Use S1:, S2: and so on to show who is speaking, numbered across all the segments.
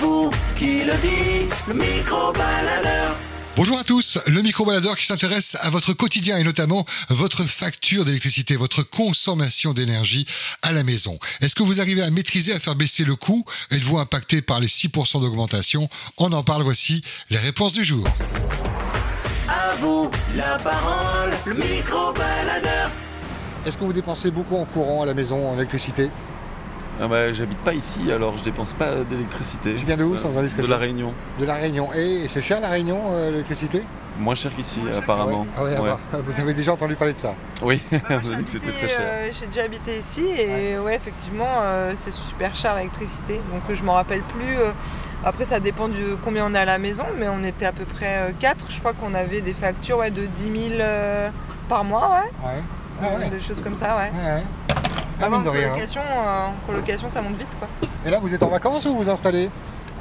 S1: vous qui le dites, le micro-baladeur.
S2: Bonjour à tous, le micro-baladeur qui s'intéresse à votre quotidien et notamment votre facture d'électricité, votre consommation d'énergie à la maison. Est-ce que vous arrivez à maîtriser, à faire baisser le coût Êtes-vous impacté par les 6% d'augmentation On en parle, voici les réponses du jour.
S1: À vous la parole, le micro-baladeur.
S2: Est-ce que vous dépensez beaucoup en courant à la maison, en électricité
S3: Ah bah, j'habite pas ici, alors je dépense pas d'électricité.
S2: Tu viens de où,
S3: Euh,
S2: sans indiscrétion
S3: De la Réunion.
S2: De la Réunion. Et c'est cher la Réunion, euh, l'électricité
S3: Moins cher qu'ici, apparemment.
S2: Ouais. Ah ouais, ah
S3: Ouais.
S2: bah, vous avez déjà entendu parler de ça.
S3: Oui,
S4: Bah,
S3: on
S4: moi,
S3: a dit que
S4: j'ai
S3: c'était
S4: habité,
S3: très cher.
S4: euh, J'ai déjà habité ici et ouais, effectivement euh, c'est super cher l'électricité donc euh, je m'en rappelle plus. euh, après ça dépend de combien on a à la maison mais on était à peu près 4. Je crois qu'on avait des factures ouais, de 10 000 euh, par mois, ouais,
S2: Ouais. Ah ouais.
S4: des choses comme ça. Ouais.
S2: Ouais, ouais. Ah,
S4: Avant
S2: mine
S4: en
S2: de rien.
S4: colocation, euh, en colocation ça monte vite quoi.
S2: Et là, vous êtes en vacances ou vous vous installez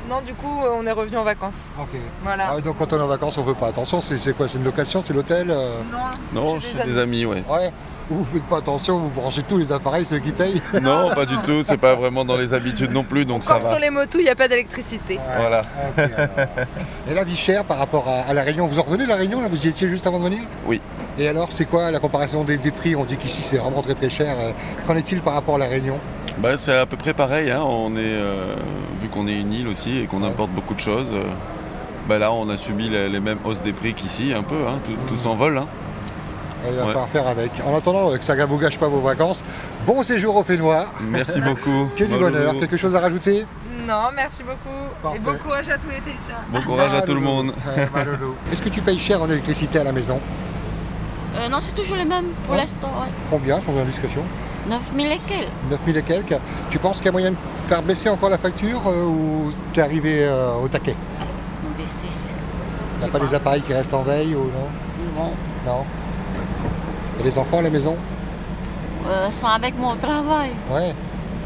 S4: Non du coup euh, on est revenu en vacances.
S2: Ok.
S4: Voilà.
S2: Ah, donc quand on est en vacances, on veut pas. Attention, c'est c'est quoi C'est une location, c'est l'hôtel euh,
S4: Non, hein.
S3: Non,
S4: j'ai
S3: chez
S4: des
S3: des
S4: amis.
S3: amis, ouais.
S2: Ouais. Vous faites pas attention, vous branchez tous les appareils, ceux qui payent.
S3: Non, pas du tout, c'est pas vraiment dans les habitudes non plus, donc ça
S4: Comme
S3: va.
S4: sur les motos il n'y a pas d'électricité.
S2: Ouais. Ah,
S3: Voilà.
S2: Ok, alors. Et la vie chère par rapport à, à la Réunion. Vous en revenez de la Réunion là Vous y étiez juste avant de venir
S3: Oui.
S2: Et alors, c'est quoi la comparaison des, des prix On dit qu'ici c'est vraiment très très cher. Euh, Qu'en est-il par rapport à la Réunion
S3: Bah, c'est à peu près pareil, hein, on est, euh, vu qu'on est une île aussi et qu'on
S2: Ouais.
S3: importe beaucoup de choses, euh, bah là on a subi les, les mêmes hausses des prix qu'ici, un peu, hein, tout, tout s'envole. hein.
S2: Euh, Il va
S3: Ouais.
S2: falloir faire avec. En attendant euh, que ça ne vous gâche pas vos vacances, bon séjour au Fénois.
S3: Merci beaucoup.
S2: Que du bonheur.
S3: Maulou.
S2: Quelque chose à rajouter
S4: Non merci beaucoup
S2: Parfait.
S4: et bon courage à tous les techniciens.
S3: Bon courage à tout le
S2: Malou.
S3: monde.
S2: Ouais, Malou. Est-ce que tu payes cher en électricité à la maison
S5: Euh, non, c'est toujours les mêmes pour
S2: Ouais.
S5: l'instant, ouais.
S2: Combien, sans indiscrétion
S5: 9000 et quelques.
S2: 9000 et quelques. Tu penses qu'il y a moyen de faire baisser encore la facture euh, ou t'es arrivé euh, au taquet
S5: Donc, c'est- c'est-
S2: T'as pas des appareils qui restent en veille ou non
S5: Bon,
S2: Non. Et les enfants à la maison
S5: euh, ils sont avec mon travail,
S2: Ouais.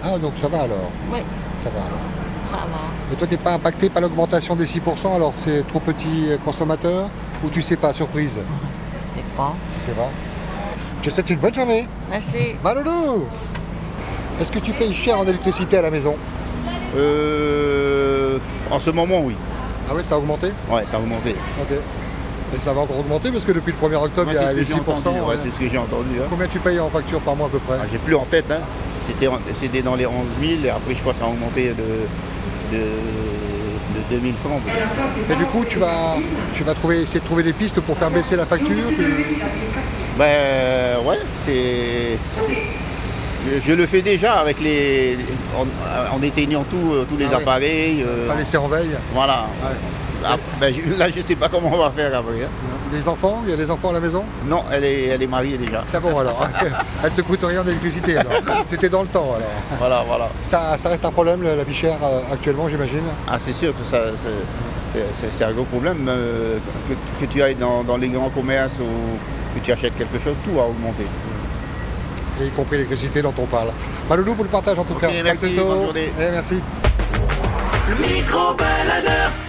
S2: Ah, donc ça va alors
S5: Oui.
S2: Ça va alors.
S5: ça va.
S2: Et toi, t'es pas impacté par l'augmentation des 6%, alors c'est trop petit euh, consommateur Ou tu sais pas, surprise
S5: Je sais pas.
S2: Tu sais pas. Je te souhaite une bonne journée.
S5: Merci.
S2: Maloulou Est-ce que tu payes cher en électricité à la maison
S6: Euh, en ce moment, oui.
S2: Ah oui, ça a augmenté
S6: Ouais, ça a augmenté.
S2: Ok. Et ça va encore augmenter parce que depuis le 1er octobre, il y
S6: Ouais, c'est
S2: a
S6: ce que
S2: les
S6: j'ai
S2: 6%.
S6: entendu, ouais,
S2: ouais.
S6: c'est ce que j'ai entendu. hein.
S2: Combien tu payes en facture par mois à peu près
S6: Ah, j'ai plus en tête. hein. C'était, en- c'était dans les 11 000. et Après, je crois que ça a augmenté de, de, de 2 000 francs. peut-être.
S2: Et du coup, tu vas, tu vas trouver, essayer de trouver des pistes pour faire baisser la facture tu-
S6: Ben ouais, c'est. c'est- Je, je le fais déjà avec les. en, en éteignant tout, euh, tous les
S2: Ah oui.
S6: appareils. euh,
S2: Pas laisser en veille.
S6: Voilà.
S2: Ouais.
S6: Ah, ben, je- là, je sais pas comment on va faire après. hein.
S2: Les enfants, il y a les enfants à la maison
S6: Non, elle est, elle est mariée déjà.
S2: C'est bon alors. Elle te coûte rien d'électricité alors. C'était dans le temps alors.
S6: Voilà, voilà.
S2: Ça, ça reste un problème la la vie chère euh, actuellement j'imagine.
S6: Ah, c'est sûr que ça, c'est- c'est- c'est- c'est un gros problème. euh, que, que tu ailles dans, dans les grands commerces ou que tu achètes quelque chose, tout a augmenté.
S2: Et y compris l'électricité dont on parle. Maloulou pour le partage en tout
S6: Ok,
S2: cas. À Eh,
S6: merci,
S2: bientôt.
S6: bonne journée.
S2: Et merci.
S1: Le micro-baladeur.